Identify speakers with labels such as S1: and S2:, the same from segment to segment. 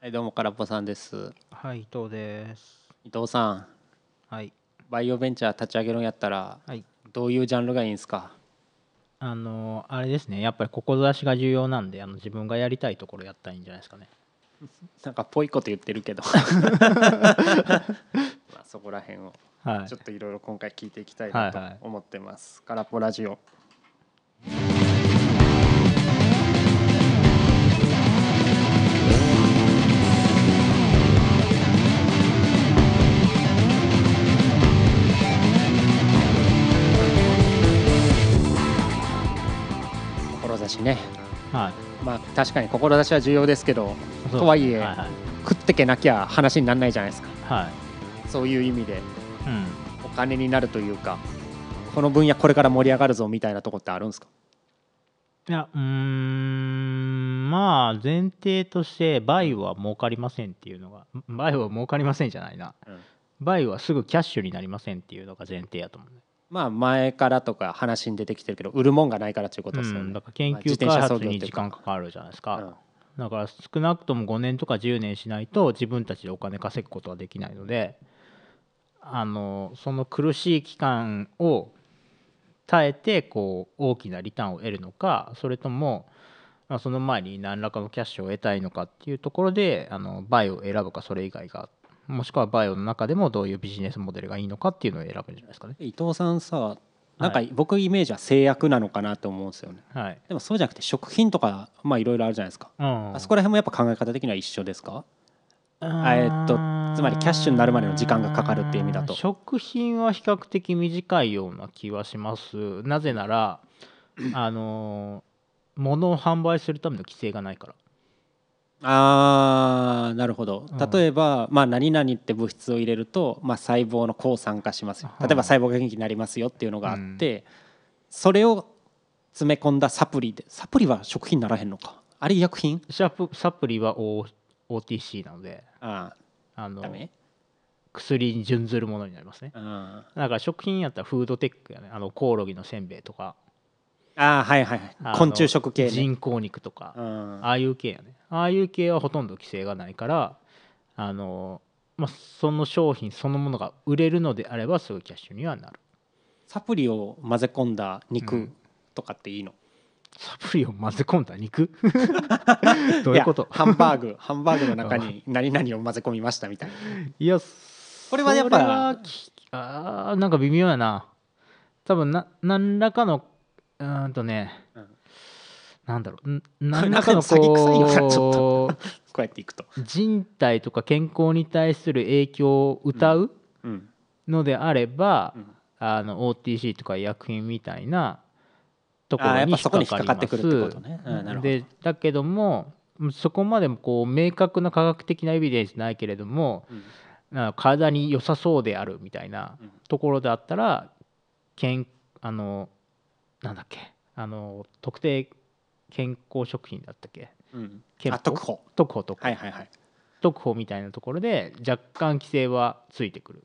S1: はい、どうも、からっぽさんです。
S2: はい、伊藤です。
S1: 伊藤さん、
S2: はい、
S1: バイオベンチャー立ち上げるんやったら、
S2: はい、
S1: どういうジャンルがいいんすか。
S2: あのーあれですね、やっぱり志が重要なんで、あの自分がやりたいところやったらいいんじゃないですかね。
S1: なんかぽいこと言ってるけど。 まあ、そこら辺を、
S2: は
S1: ちょっといろいろ今回聞いていきたいなと
S2: はいはい
S1: 思ってます。からっぽラジオ。志ね。
S2: い、はい、
S1: まあ確かに志は重要ですけど、
S2: そうですね
S1: とはいえ
S2: はい、はい、
S1: 食ってけなきゃ話にならないじゃないですか
S2: はい、
S1: そういう意味で
S2: うん、
S1: お金になるというかこの分野これから盛り上がるぞみたいなとこってあるんですか
S2: いや、うーん、まあ前提としてバイオは儲かりませんっていうのが、バイオは儲かりませんじゃないな
S1: うん。
S2: バイオはすぐキャッシュになりませんっていうのが前提やと思うね。
S1: まあ前からとか話に出てきてるけど売るもんがないからということですよ
S2: うん、
S1: ね
S2: だから研
S1: まあ自
S2: 究
S1: 転
S2: 開
S1: 車
S2: 発
S1: 操業ってい
S2: に
S1: うか
S2: 時間かかるじゃないですか。
S1: うん
S2: だから少なくとも5年とか10年しないと自分たちでお金稼ぐことはできないのであのその苦しい期間を耐えてこう大きなリターンを得るのかそれとも、まあ、その前に何らかのキャッシュを得たいのかっていうところであのバイオを選ぶかそれ以外がもしくはバイオの中でもどういうビジネスモデルがいいのかっていうのを選ぶんじゃないですかね。
S1: 伊藤さんさなんか僕イメージは製薬なのかなと思うんですよね
S2: はい、
S1: でもそうじゃなくて食品とかまあいろいろあるじゃないですか
S2: うん
S1: あそこら辺もやっぱ考え方的には一緒ですかあえーっと
S2: あー
S1: つまりキャッシュになるまでの時間がかかるっていう意味だと
S2: 食品は比較的短いような気はしますなぜならあのー物を販売するための規制がないから
S1: あーなるほど
S2: うん
S1: 例えば、まあ、何々って物質を入れると、まあ、細胞の抗酸化しますよ
S2: は
S1: 例
S2: い
S1: えば細胞が元気になりますよっていうのがあって、それを詰め込んだサプリでサプリは食品にならへんのかあれ医薬品
S2: シャプサプリは、O、OTC なので
S1: あ
S2: あの
S1: あダメ
S2: 薬に準ずるものになりますね
S1: あ
S2: だから食品やったらフードテックやねあのコオロギのせんべいとか
S1: あーはいはいはい
S2: あの
S1: 昆虫食系ね
S2: 人工肉とか
S1: うん
S2: ああいう系やねああいう系はほとんど規制がないからあの、まあ、その商品そのものが売れるのであればすぐキャッシュにはなる
S1: サプリを混ぜ込んだ
S2: う
S1: 肉
S2: ん
S1: とかっていいの、
S2: サプリを混ぜ込んだ肉 どういうこと
S1: やハンバ ーグハンバーグの中に何々を混ぜ込みましたみたいない
S2: や
S1: これはやっぱ
S2: それはきあーなんか微妙やな多分な何らかのうーんとね、
S1: うん
S2: なんだろうん何らか
S1: な
S2: の
S1: んか詐欺臭いよなちょっ
S2: こ
S1: こうやっていくと、
S2: う人体とか健康に対する影響を歌う
S1: うん
S2: のであれば、
S1: うん
S2: あの OTC とか医薬品みたいなとこ
S1: あー
S2: ろ
S1: やっ
S2: に
S1: ぱ
S2: 引
S1: そ
S2: っ
S1: こに
S2: か
S1: 引っ
S2: か
S1: か
S2: り
S1: か
S2: ま
S1: っ
S2: す
S1: てくるってことねうんなるほど
S2: でだけどもそこまでもこう明確な科学的なエビデンスないけれども
S1: うん
S2: あの体に良さそうであるみたいな
S1: うん
S2: ところだったらけんあのなんだっけあの特定健康食品だったっけ
S1: うん
S2: 憲法
S1: あ特保
S2: 特保とか
S1: はいはいはい
S2: 特保みたいなところで若干規制はついてくる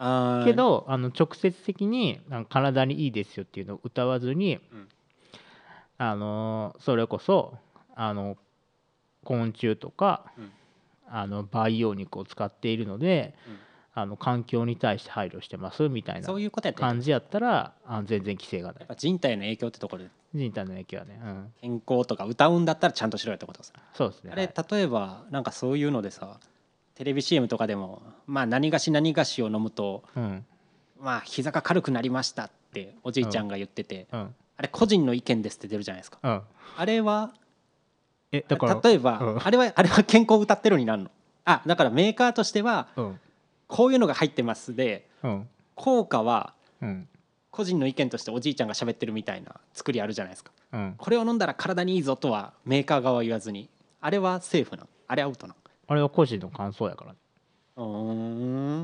S1: あー
S2: けどあの直接的にあの体にいいですよっていうのを歌わずに、
S1: うん
S2: あのそれこそあの昆虫とか、
S1: うん
S2: あの培養肉を使っているので、
S1: うん
S2: あの環境に対して配慮してますみたいな
S1: そういうことやったらいい
S2: 感じやったらあの全然規制がな
S1: や
S2: い
S1: っぱ人体の影響ってところで
S2: 人体の影響はね、うん、
S1: 健康とか歌うんだったらちゃんとしろよってことです
S2: そうです
S1: あ
S2: ねは
S1: れ
S2: い
S1: 例えばなんかそういうのでさテレビ CM とかでもまあ何がし何がしを飲むと
S2: うん
S1: まあ膝が軽くなりましたっておじいちゃんが言ってて
S2: うん
S1: あれ個人の意見ですって出るじゃないですか
S2: うん
S1: あれは
S2: えだから
S1: 例え
S2: う
S1: ば
S2: ん
S1: あれはあれは健康を歌ってるになるのあだからメーカーとしては
S2: うん
S1: こういうのが入ってますで
S2: うん
S1: 効果は
S2: うん
S1: 個人の意見としておじいちゃんが喋ってるみたいな作りあるじゃないですか
S2: うん
S1: これを飲んだら体にいいぞとはメーカー側は言わずにあれは政府なんあれアウトなん
S2: あれは個人の感想やから
S1: うー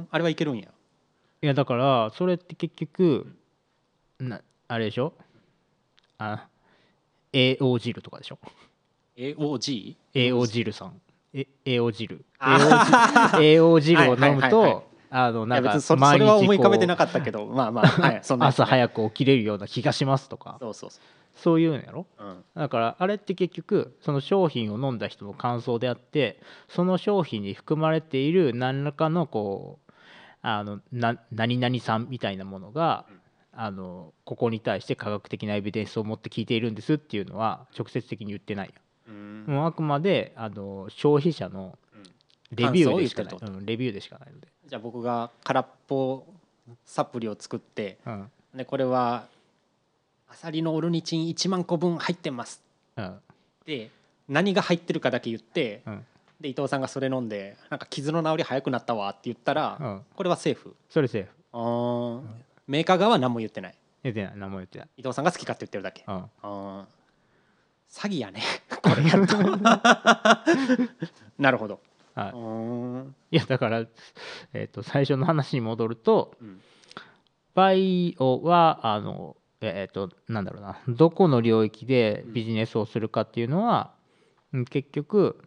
S1: んあれはいけるんや
S2: いやだからそれって結局なあれでしょあ AO 汁とかでしょ
S1: AOG?
S2: AO 汁さんえ AO 汁
S1: あ
S2: AO 汁 AO 汁を飲む
S1: はいはいはいはい
S2: とあの
S1: い
S2: な
S1: や
S2: ん
S1: 別
S2: か
S1: にそれそ
S2: 毎
S1: れは思い浮かべて
S2: 日
S1: な
S2: こ
S1: かったけどまあまあはいそん
S2: う
S1: な
S2: 朝早く起きれるような気がしますとか
S1: そうそうそう
S2: そういうのやろ
S1: うん
S2: だからあれって結局その商品を飲んだ人の感想であってその商品に含まれている何らかのこうあのな何々さんみたいなものがあのここに対して科学的なエビデンスを持って聞いているんですっていうのは直接的に言ってないよ
S1: うん
S2: もうあくまであの消費者の
S1: うん
S2: レビューでしかな
S1: 感想
S2: い
S1: を言ってる、
S2: うん、レビューでしかないので、
S1: じゃあ僕が空っぽサプリを作って
S2: うん
S1: でこれはアサリのオルニチン1万個分入ってます
S2: うん
S1: で何が入ってるかだけ言って
S2: うん
S1: で伊藤さんがそれ飲んでなんか傷の治り早くなったわって言ったら、
S2: うん
S1: これはセーフ
S2: それセーフ
S1: あーメーカー側は何も言ってない
S2: 言ってない何も言ってない、
S1: 伊藤さんが好き勝手言ってるだけ
S2: うん、
S1: あー詐欺やね これやるとなるほど
S2: はいう
S1: ーん
S2: いやだから、えー、と最初の話に戻ると
S1: うん
S2: バイオはあのえっ、となんだろうなどこの領域でビジネスをするかっていうのは、うん結局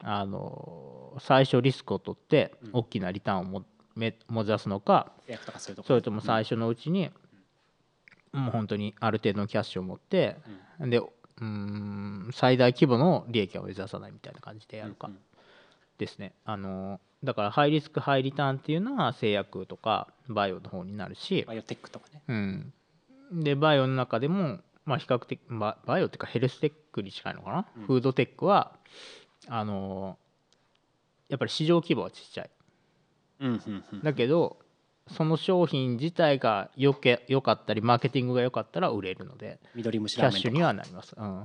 S2: あの最初リスクを取って
S1: うん
S2: 大きなリターンをもめ目指すのか
S1: 契約とかそういうとこ
S2: それとも最初のうちに、もう本当にある程度のキャッシュを持って、でうーん最大規模の利益は目指さないみたいな感じでやるか。
S1: うん
S2: ですねあのだからハイリスクハイリターンっていうのは製薬とかバイオの方になるし
S1: バ、イオテックとかね
S2: うん、でバイオの中でも、まあ、比較的ババイオっていうかヘルステックに近いのかな、
S1: うん
S2: フードテックはあのやっぱり市場規模はちっちゃい
S1: うんうんうん
S2: だけどその商品自体がよけ良かったりマーケティングが良かったら売れるので
S1: 緑虫
S2: キャ
S1: ラ
S2: ッ
S1: ーメン
S2: シュ
S1: と
S2: に
S1: か
S2: はなります、うん、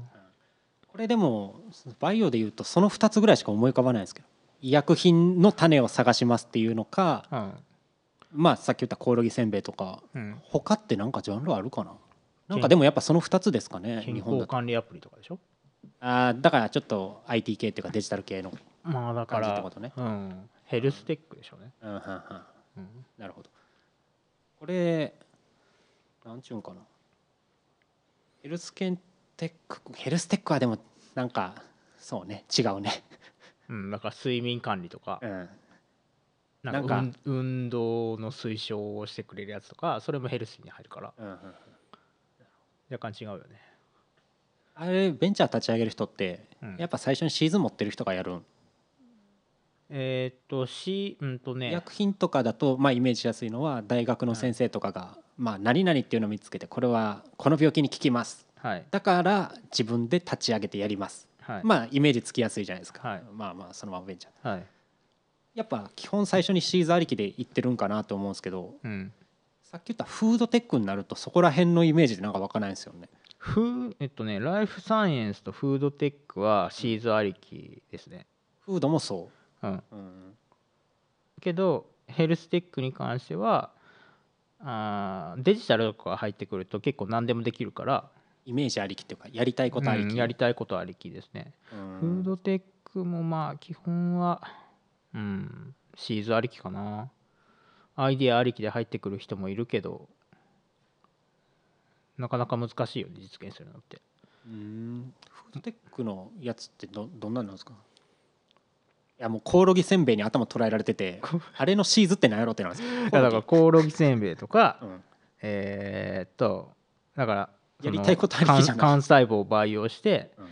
S1: これでもバイオで言うとその2つぐらいしか思い浮かばないんですけど医薬品の種を探しますっていうのか
S2: うん
S1: まあさっき言ったコオロギせんべいとか
S2: うん、
S1: 他ってなんかジャンルあるかななんかでもやっぱその2つですかね
S2: 健
S1: 日本
S2: 康
S1: だと
S2: 管理アプリとかでしょ
S1: あーだからちょっと IT 系っていうかデジタル系の
S2: まあだか
S1: 感じっ
S2: ら
S1: てことね
S2: うん、ヘルステックでしょうね、
S1: うんうんうん
S2: うん
S1: なるほどこれなんちゅうんかなヘルスケンテックヘルステックはでもなんかそうね違うね
S2: うん、だから睡眠管理とか
S1: うん
S2: な
S1: なんん
S2: か
S1: か
S2: 運運動の推奨をしてくれるやつとかそれもヘルスに入るから
S1: うんうん
S2: 若干違うよね
S1: あれベンチャー立ち上げる人って、
S2: うん
S1: やっぱ最初にシーズン持ってる人がやるん、
S2: えーっとしうんと
S1: 医
S2: ね
S1: 薬品とかだと、まあ、イメージしやすいのは大学の先生とかが、まあ、何々っていうのを見つけてこれはこの病気に効きます
S2: はい
S1: だから自分で立ち上げてやります、
S2: はい、
S1: まあイメージつきやすいじゃないですか、
S2: はい
S1: まあまあそのままベンチャー
S2: はい
S1: やっぱ基本最初にシーズンありきでいってるんかなと思うんですけど
S2: うん、
S1: さっき言ったフードテックになるとそこら辺のイメージでなんか湧かないんですよね
S2: フーえっとねライフサイエンスとフードテックはシーズありきですね、
S1: フードもそ
S2: うん、
S1: う、うん
S2: けどヘルステックに関してはあーデジタルとかが入ってくると結構何でもできるから
S1: イメージありきっていうかやりたいことありき、
S2: うんやりたいことありきですね
S1: うん
S2: フードテックもまあ基本はうんシーズありきかなアイディアありきで入ってくる人もいるけどなかなか難しいよね実現するのって
S1: うんフードテックのやつってどどんなんなんですかいやもうコオロギせんべいに頭捉えられててあれのシーズって何やろってなんですよ
S2: だからコオロギせんべいとか、
S1: うん
S2: えーっとだからその
S1: やりたいことありきじゃない
S2: 幹幹細胞を培養して
S1: うん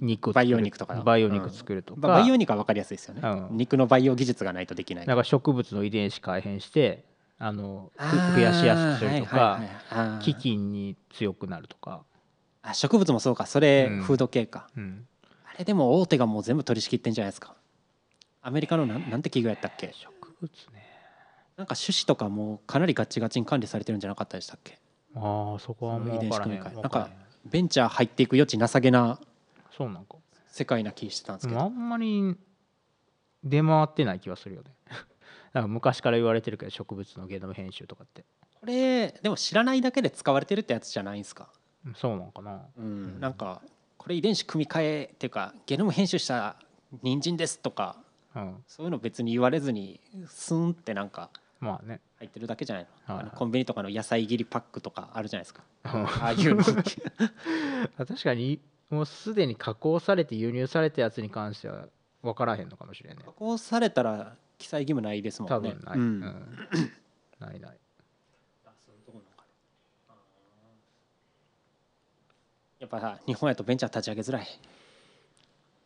S2: 肉を作
S1: 培
S2: る
S1: 養肉とか
S2: 培養肉作ると
S1: う
S2: か、
S1: んまあ培養肉は分かりやすいですよね、
S2: うん
S1: 肉の培養技術がないとできない
S2: だから植物の遺伝子改変してあのふ増やしやすくするとか、
S1: あーはいはいはいあー
S2: 飢饉に強くなるとか、
S1: あ植物もそうかそれ
S2: うん
S1: フード系か、
S2: うん、
S1: あれでも大手がもう全部取り仕切ってんじゃないですかアメリカのなんなんて企業やったっけ
S2: 植物ね
S1: なんか種子とかもかなりガチガチに管理されてるんじゃなかったでしたっけ
S2: ああそこはもう分から
S1: そ
S2: へん
S1: の遺伝子組み換え
S2: 分
S1: なん
S2: から
S1: か
S2: へん
S1: ベンチャー入っていく余地なさげな
S2: そうなんか
S1: 世界な気してたんです
S2: で
S1: け
S2: も
S1: ど、
S2: あんまり出回ってない気はするよね なんか昔から言われてるけど植物のゲノム編集とかって
S1: これでも知らないだけで使われてるってやつじゃないんですか、
S2: うんそうなんかな
S1: うん
S2: ん
S1: なんかこれ遺伝子組み換えっていうかゲノム編集した人参ですとか
S2: うん
S1: そういうの別に言われずにスンってなんか
S2: まあね
S1: 入ってるだけじゃないの,、
S2: はいはい
S1: あのコンビニとかの野菜切りパックとかあるじゃないですか ああ
S2: あ
S1: いうの
S2: 確かにもうすでに加工されて輸入されたやつに関しては分からへんのかもしれんね
S1: 加工されたら記載義務ないですも
S2: 多
S1: んね
S2: 分ない、
S1: う
S2: うんんないない
S1: あそういうとこなのかなあやっぱさ日本やとベンチャー立ち上げづらい、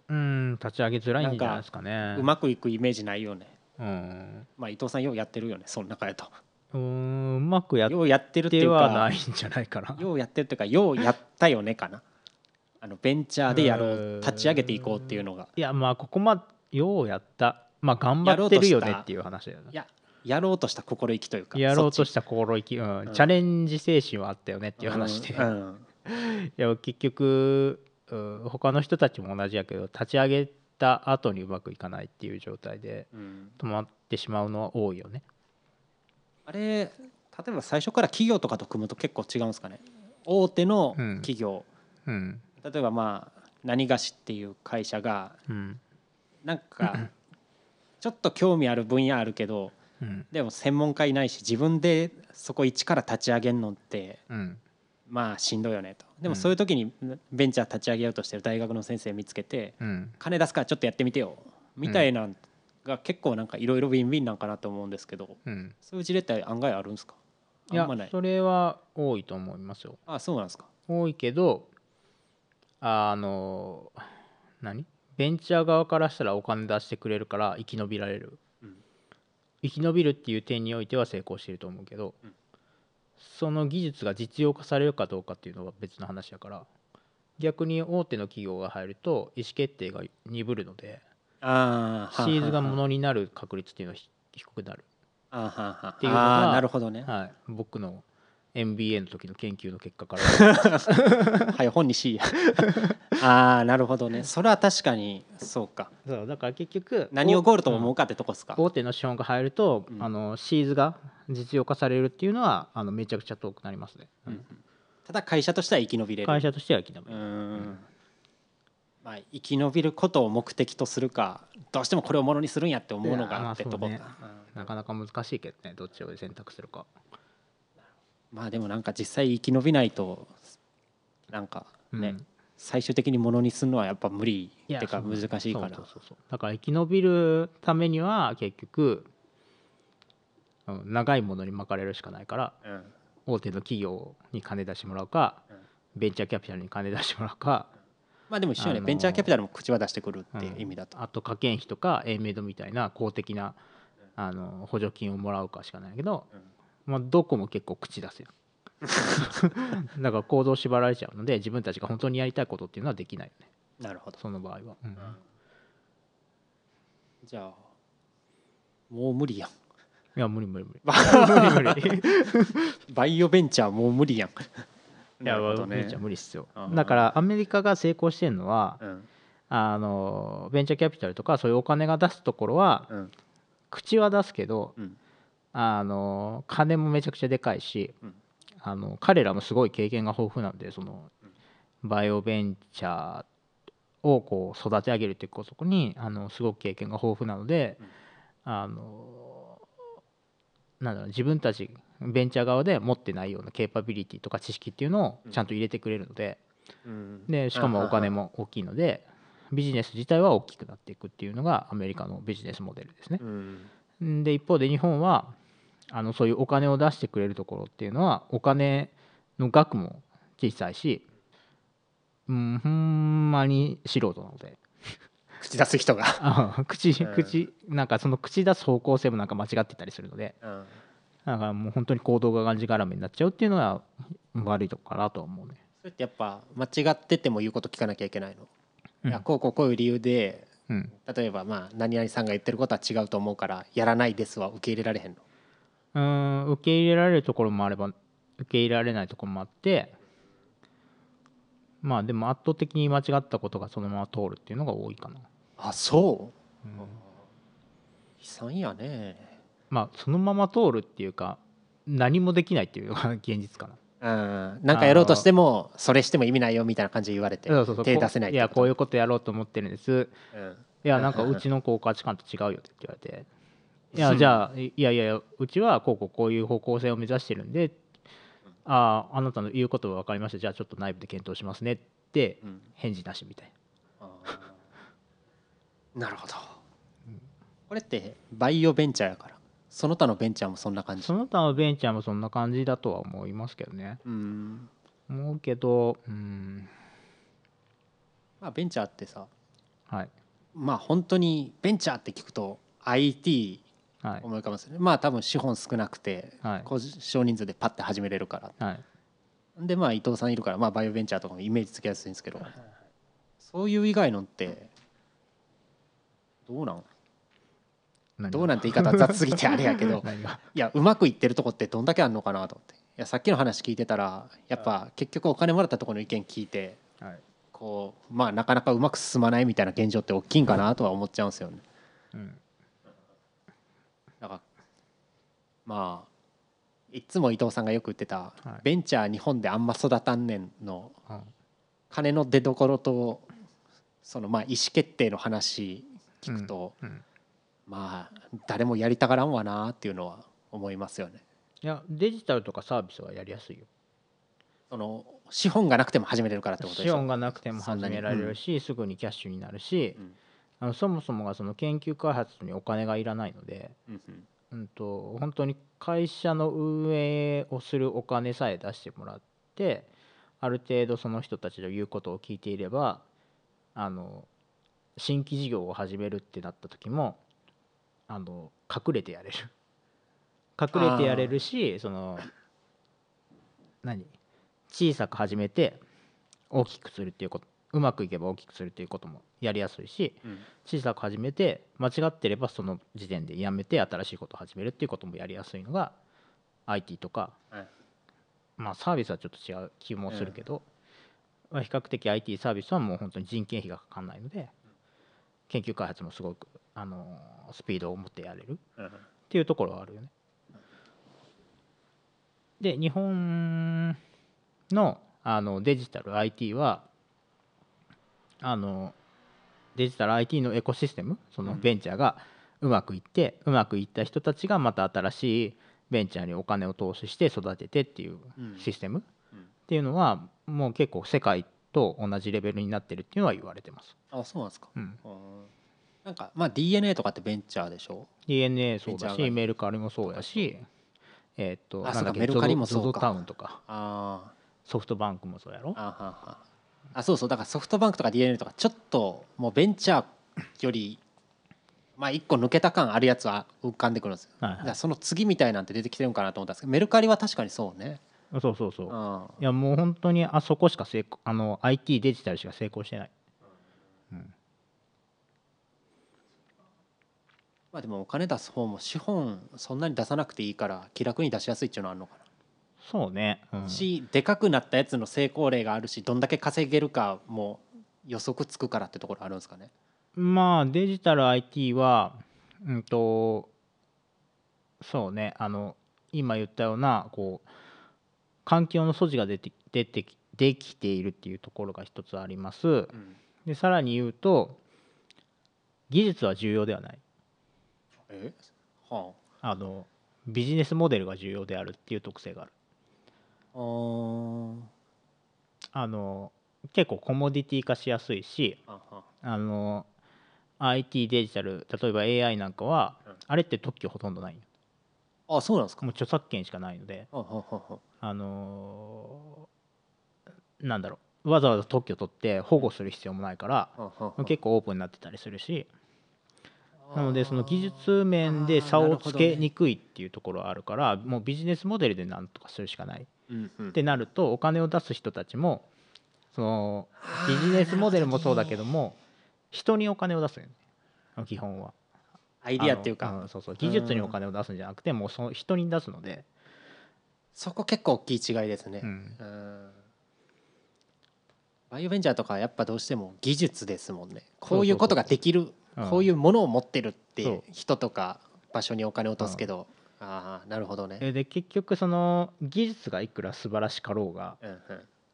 S2: うん立ち上げづらいんじゃないですかね
S1: うまくいくイメージないよね
S2: うん
S1: まあ伊藤さんようやってるよねその中やと
S2: うんうまくやっ
S1: ようやってるってい
S2: て
S1: う
S2: はな
S1: か
S2: いんじゃないかな
S1: ようやってるっていうかようやったよねかなあのベンチャーでやろ
S2: うん
S1: う立ち上げていこうっていうのが
S2: いやまあここまでようやったまあ頑張ってるよねっていう話だよ
S1: いややろうとした心意気というか
S2: ねやろうと
S1: し
S2: した心意気、うん
S1: うん
S2: チャレンジ精神はあったよねっていう話で、
S1: うんうん
S2: いや結局、うん他の人たちも同じやけど立ち上げた後にうまくいかないっていう状態で
S1: うん
S2: 止まってしまうのは多いよね
S1: あれ例えば最初から企業とかと組むと結構違うんですかね大手の
S2: うん
S1: 企業、
S2: うん
S1: 例えばまあ何菓子っていう会社が
S2: うん
S1: なん かちょっと興味ある分野あるけど
S2: うん
S1: でも専門家いないし自分でそこ一から立ち上げるのって
S2: うん
S1: まあしんどいよねとで
S2: うん
S1: もそういう時にベンチャー立ち上げようとしてる大学の先生見つけて
S2: うん
S1: 金出すからちょっとやってみてよみたいなのが結構なんかいろいろビンビンなんかなと思うんですけど
S2: うん
S1: そういう事例って案外あるんですか
S2: い
S1: あ
S2: や
S1: んまない
S2: それは多いと思いますよ
S1: あそうなんですか
S2: 多いけどあの何ベンチャー側からしたらお金出してくれるから生き延びられる、
S1: うん
S2: 生き延びるっていう点においては成功していると思うけど、
S1: うん
S2: その技術が実用化されるかどうかっていうのは別の話やから逆に大手の企業が入ると意思決定が鈍るので
S1: あ
S2: シーズがも
S1: の
S2: のになる確率っていうのはひ低くなる、
S1: あーはーはー
S2: ていうのが
S1: あーなるほどね
S2: はい、僕の MBA の時の研究の結果から
S1: はい本に C や ああなるほどねそれは確かにそうか
S2: そうだから結局
S1: 何をゴールと
S2: うん
S1: 思うかってとこですか
S2: 大手の資本が入ると、
S1: うん
S2: あのシーズが実用化されるっていうのはあのめちゃくちゃ遠くなりますね、
S1: うんうんただ会社としては生き延びれる
S2: 会社としては生き延び
S1: うー
S2: る、
S1: んまあ生き延びることを目的とするかどうしてもこれをものにするんやって思うの
S2: いやま
S1: が
S2: あ
S1: ってとこか
S2: そうね
S1: うん
S2: なかなか難しいけどねどっちを選択するか
S1: まあでもなんか実際生き延びないとなんかね、
S2: うん
S1: 最終的にものにするのはやっぱ無理ってか
S2: そう
S1: 難しいから
S2: そうそうそうだから生き延びるためには結局、うん長いものに巻かれるしかないから
S1: うん
S2: 大手の企業に金出してもらうか、
S1: うん
S2: ベンチャーキャピタルに金出してもらうか、
S1: まあでも一緒よね、
S2: あのー
S1: ベンチャーキャピタルも口は出してくるっていう意味だと、
S2: あと科研費とか A メイドみたいな公的なあの補助金をもらうかしかないけど、まあ、どこも結構口出すよ だから行動を縛られちゃうので自分たちが本当にやりたいことっていうのはできないよね
S1: なるほど
S2: その場合は、うん
S1: じゃあもう無理やん
S2: いや無理無 理無理無理無理
S1: バイオベンチャーもう無理やん
S2: いや
S1: なるほど
S2: 無
S1: ね
S2: 理じゃ無理っすよ
S1: うん
S2: だからアメリカが成功してるのは
S1: うん
S2: あのベンチャーキャピタルとかそういうお金が出すところは
S1: うん
S2: 口は出すけど
S1: うん
S2: あの金もめちゃくちゃでかいし、
S1: うん
S2: あの彼らもすごい経験が豊富なんでそのバイオベンチャーをこう育て上げるっていうことこにあのすごく経験が豊富なので、
S1: うん
S2: あのなんだろう自分たちベンチャー側で持ってないようなケーパビリティとか知識っていうのをちゃんと入れてくれるので,、
S1: うん
S2: でしかもお金も大きいのでビジネス自体は大きくなっていくっていうのがアメリカのビジネスモデルですね
S1: う。ん
S2: んで一方で日本はあのそういうお金を出してくれるところっていうのはお金の額も小さいしうんほんまに素人なので
S1: 口出す人が、
S2: あ口
S1: うん
S2: 口なんかその口出す方向性もなんか間違ってたりするので
S1: うん、
S2: なんかもう本当に行動ががんじがらめになっちゃうっていうのは悪いとこかなとは思うね。
S1: それってやっぱ間違ってても言うこと聞かなきゃいけないの、
S2: うん
S1: いやこうこうこういう理由で
S2: うん、
S1: 例えばまあ何々さんが言ってることは違うと思うからやらないですは受け入れられへんの
S2: うーん受け入れられるところもあれば受け入れられないところもあってまあでも圧倒的に間違ったことがそのまま通るっていうのが多いかな。
S1: あそう、
S2: うん
S1: 悲惨やね
S2: まあそのまま通るっていうか何もできないっていうのが 現実かな。
S1: うんなんかやろうとしてもそれしても意味ないよみたいな感じで言われて
S2: そうそうそう
S1: 手出せない
S2: こういやこう
S1: い
S2: いうことやろうと思ってるんです。
S1: うん
S2: いやなんかうちのこう価値観と違うよって言われて。いやじゃあいやいやいやうちはこうこうこういう方向性を目指してるんであああなたの言うことは分かりましたじゃあちょっと内部で検討しますねって
S1: うん
S2: 返事なしみたい
S1: あーなるほどこれってバイオベンチャーやからその他のベンチャーもそんな感
S2: な
S1: じ
S2: その他のベンチャーもそんな感じだとは思いますけどね
S1: うん
S2: 思うけどうん
S1: まあ、ベンチャーってさ
S2: はい
S1: まあ本当にベンチャーって聞くと IT
S2: はい
S1: 思い浮かべますよね、まあ多分資本少なくて、
S2: はい
S1: こう少人数でパッて始めれるから
S2: はい
S1: でまあ伊藤さんいるから、まあ、バイオベンチャーとかもイメージつきやすいんですけどそういう以外のってどうなん
S2: 何が
S1: どうなんて言い方は雑すぎてあれやけ ど
S2: 何が
S1: いやうまくいってるとこってどんだけあんのかなと思っていやさっきの話聞いてたらやっぱ結局お金もらったところの意見聞いて
S2: はい
S1: こうまあなかなかうまく進まないみたいな現状って大きいんかなとは思っちゃうんですよね。
S2: うん
S1: だからまあいつも伊藤さんがよく言ってた、
S2: はい
S1: ベンチャー日本であんま育たんねんの
S2: うん
S1: 金の出どころとそのまあ意思決定の話聞くと、
S2: うん
S1: まあ誰もやりたがらんわなっていうのは思いますよね。
S2: いやデジタルとかサービスはやりやすいよ
S1: その資本がなくても始めれるからってことで
S2: 資
S1: しょ。
S2: 本がなくても
S1: そん
S2: 始
S1: なに
S2: められるし、すぐにキャッシュになるし、
S1: うん
S2: あのそもそもがその研究開発にお金がいらないので、
S1: うんうん
S2: うん、と本当に会社の運営をするお金さえ出してもらってある程度その人たちの言うことを聞いていればあの新規事業を始めるってなった時もあの隠れてやれる隠れてやれるしその何小さく始めて大きくするっていうことうまくいけば大きくするっていうこともやりやすいし、
S1: うん
S2: 小さく始めて間違ってればその時点でやめて新しいことを始めるっていうこともやりやすいのが IT とか、
S1: はい
S2: まあサービスはちょっと違う気もするけど、まあ比較的 IT サービスはもう本当に人件費がかかんないので研究開発もすごく、あのースピードを持ってやれるっていうところはあるよね。で日本のあのデジタル IT はあのデジタル IT のエコシステムその
S1: うん
S2: ベンチャーがうまくいって、うまくいった人たちがまた新しいベンチャーにお金を投資して育ててっていう
S1: うん
S2: システム
S1: うん
S2: っていうのはもう結構世界と同じレベルになってるっていうのは言われてます。
S1: あそうなんですか。
S2: うん、
S1: うんなんかまあ DNA とかってベンチャーでしょ。
S2: DNA そ
S1: ベ
S2: うだ
S1: ンチャー
S2: し
S1: が
S2: メルカリもそうやしえーっと
S1: あ
S2: なん
S1: そ
S2: だっ
S1: うかメ
S2: け
S1: ルカリも
S2: ZOZO
S1: そう
S2: ZOZO
S1: か
S2: タウンとか
S1: あ
S2: ソフトバンクもそうやろ
S1: ーあははあそうそうだからソフトバンクとか DNA とかちょっともうベンチャーよりまあ一個抜けた感あるやつは浮かんでくるんですよ。
S2: はい
S1: だか
S2: は
S1: らその次みたいなんて出てきてるんかなと思ったんですけどメルカリは確かにそうね。
S2: いそうそうそううんいやもう本当にあそこしか成功あの IT デジタルしか成功してない
S1: まあでもお金出す方も資本そんなに出さなくていいから気楽に出しやすいっていうのはあるのかな。
S2: そうね、うん、
S1: しでかくなったやつの成功例があるしどんだけ稼げるかも予測つくからってところあるんですかね。
S2: まあデジタル IT はうんとそうねあの今言ったようなこう環境の素地が出て出てきできているっていうところが一つあります
S1: うん
S2: でさらに言うと技術は重要ではない
S1: えは
S2: あのビジネスモデルが重要であるっていう特性がある
S1: あ。あー
S2: あの結構コモディティ化しやすいし
S1: あは
S2: あの IT デジタル例えば AI なんかは、
S1: うん
S2: あれって特許ほとんどないよ
S1: あそうなんですか。
S2: もう著作権しかないので
S1: はははは
S2: あのなんだろうわざわざ特許取って保護する必要もないから
S1: はは
S2: 結構オープンになってたりするしなのでその技術面で差をつけにくいっていうところはあるからもうビジネスモデルでなんとかするしかない
S1: うんうん
S2: ってなるとお金を出す人たちもそのビジネスモデルもそうだけども人にお金を出すよね基本は。
S1: アイディアっていう
S2: あの
S1: か
S2: んそうそう技術にお金を出すんじゃなくてもうその人に出すので、
S1: そこ結構大きい違いですね
S2: う。ん
S1: うんバイオベンチャーとかはやっぱどうしても技術ですもんねこういうことができる
S2: うん
S1: こういうものを持ってるっ
S2: そ
S1: て
S2: う
S1: 人とか場所にお金を落とすけどああなるほどね
S2: えで結局その技術がいくら素晴らしかろうが
S1: うんうん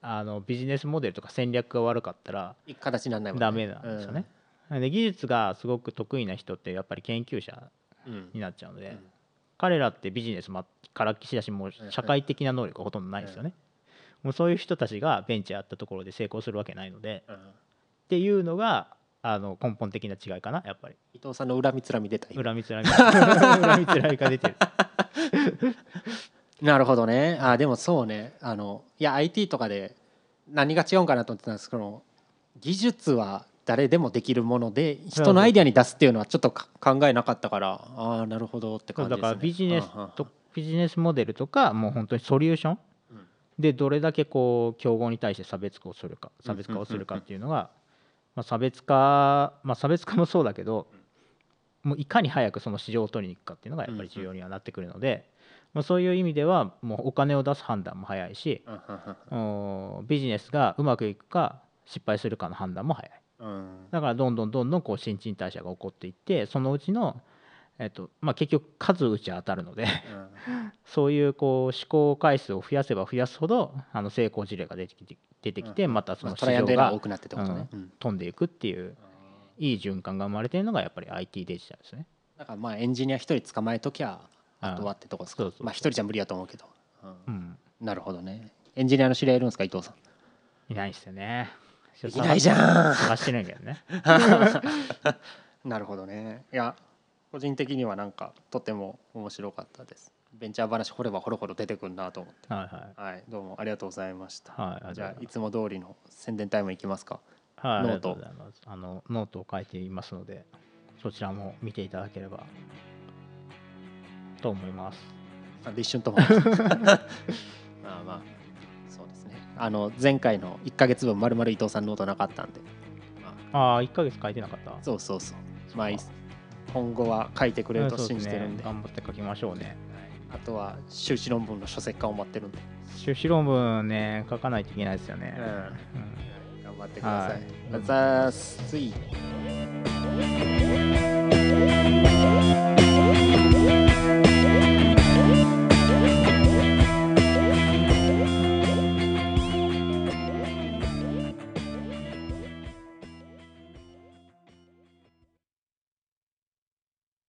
S2: あのビジネスモデルとか戦略が悪かったら
S1: いい形にならないもんね
S2: ダメなんですよね。なんで技術がすごく得意な人ってやっぱり研究者
S1: うんうん
S2: になっちゃうので、
S1: うん
S2: 彼らってビジネスまから岸出しもう社会的な能力がほとんどないんですよね。もうそういう人たちがベンチャーやったところで成功するわけないので
S1: うん
S2: っていうのがあの根本的な違いかなやっぱり
S1: 伊藤さんの恨みつらみ出た
S2: 恨みつら み恨みつらみが出てる
S1: なるほどねあーでもそうねあのいや IT とかで何が違うんかなと思ってたんですけど技術は誰でもできるもので人のアイデアに出すっていうのはちょっとか考えなかったからああなるほどって感じ
S2: だ
S1: です、ね、
S2: からビジネス
S1: うんうんうん
S2: とビジネスモデルとかもう本当にソリューション
S1: うん
S2: でどれだけこう競合に対して差別化をするか
S1: うんう
S2: 差
S1: んうんうん
S2: 別化をするかっていうのが、まあ、差別化、まあ、差別化もそうだけどもういかに早くその市場を取りに行くかっていうのがやっぱり重要にはなってくるので、まあ、そういう意味ではもうお金を出す判断も早いし
S1: うん
S2: おビジネスがうまくいくか失敗するかの判断も早い。
S1: うんうんうん
S2: だからどんどんどんどんこう新陳代謝が起こっていってそのうちの、えっとまあ、結局数打ち当たるのでそういうこう試行回数を増やせば増やすほどあの成功事例が出てきて出てきてまたそ
S1: まあ
S2: の市
S1: トライア
S2: 場
S1: ンドエラーが多
S2: が
S1: くなってってことね、うん
S2: 飛んでいくっていういい循環が生まれてるのがやっぱり IT デジタルですね。
S1: だからまあエンジニア一人捕まえときゃあとはってとこですか
S2: そうそうそう
S1: まあ一人じゃ無理やと思うけど、うん
S2: うん、
S1: なるほどねエンジニアの知り合いいるんですか伊藤 さん
S2: いないですよね。
S1: いないじゃん
S2: 探してないけど ね。
S1: なるほどねいや個人的にはなんかとても面白かったですベンチャー話掘れば掘るほど出てくるなと思って
S2: はいはい。
S1: はいどうもありがとうございました、
S2: はい、
S1: じゃあいつも通りの宣伝タイムいきますか
S2: はい、
S1: ノート
S2: ありがとうございますあのノートを書いていますのでそちらも見ていただければと思います
S1: なんで一瞬とも まあまあそうですねあの前回の1ヶ月分まるまる伊藤さんノートなかったんで、ま
S2: ああ1ヶ月書いてなかった
S1: あ、そうそうそうまあい今後は書いてくれると
S2: そう
S1: 信
S2: です
S1: じてるん
S2: ね
S1: で、
S2: 頑張って書きましょうね
S1: あとは修士論文の書籍化を待ってるんで、
S2: 修士論文ね書かないといけないですよね、うん
S1: 頑張ってくださいあ
S2: はい
S1: りがとうございますつい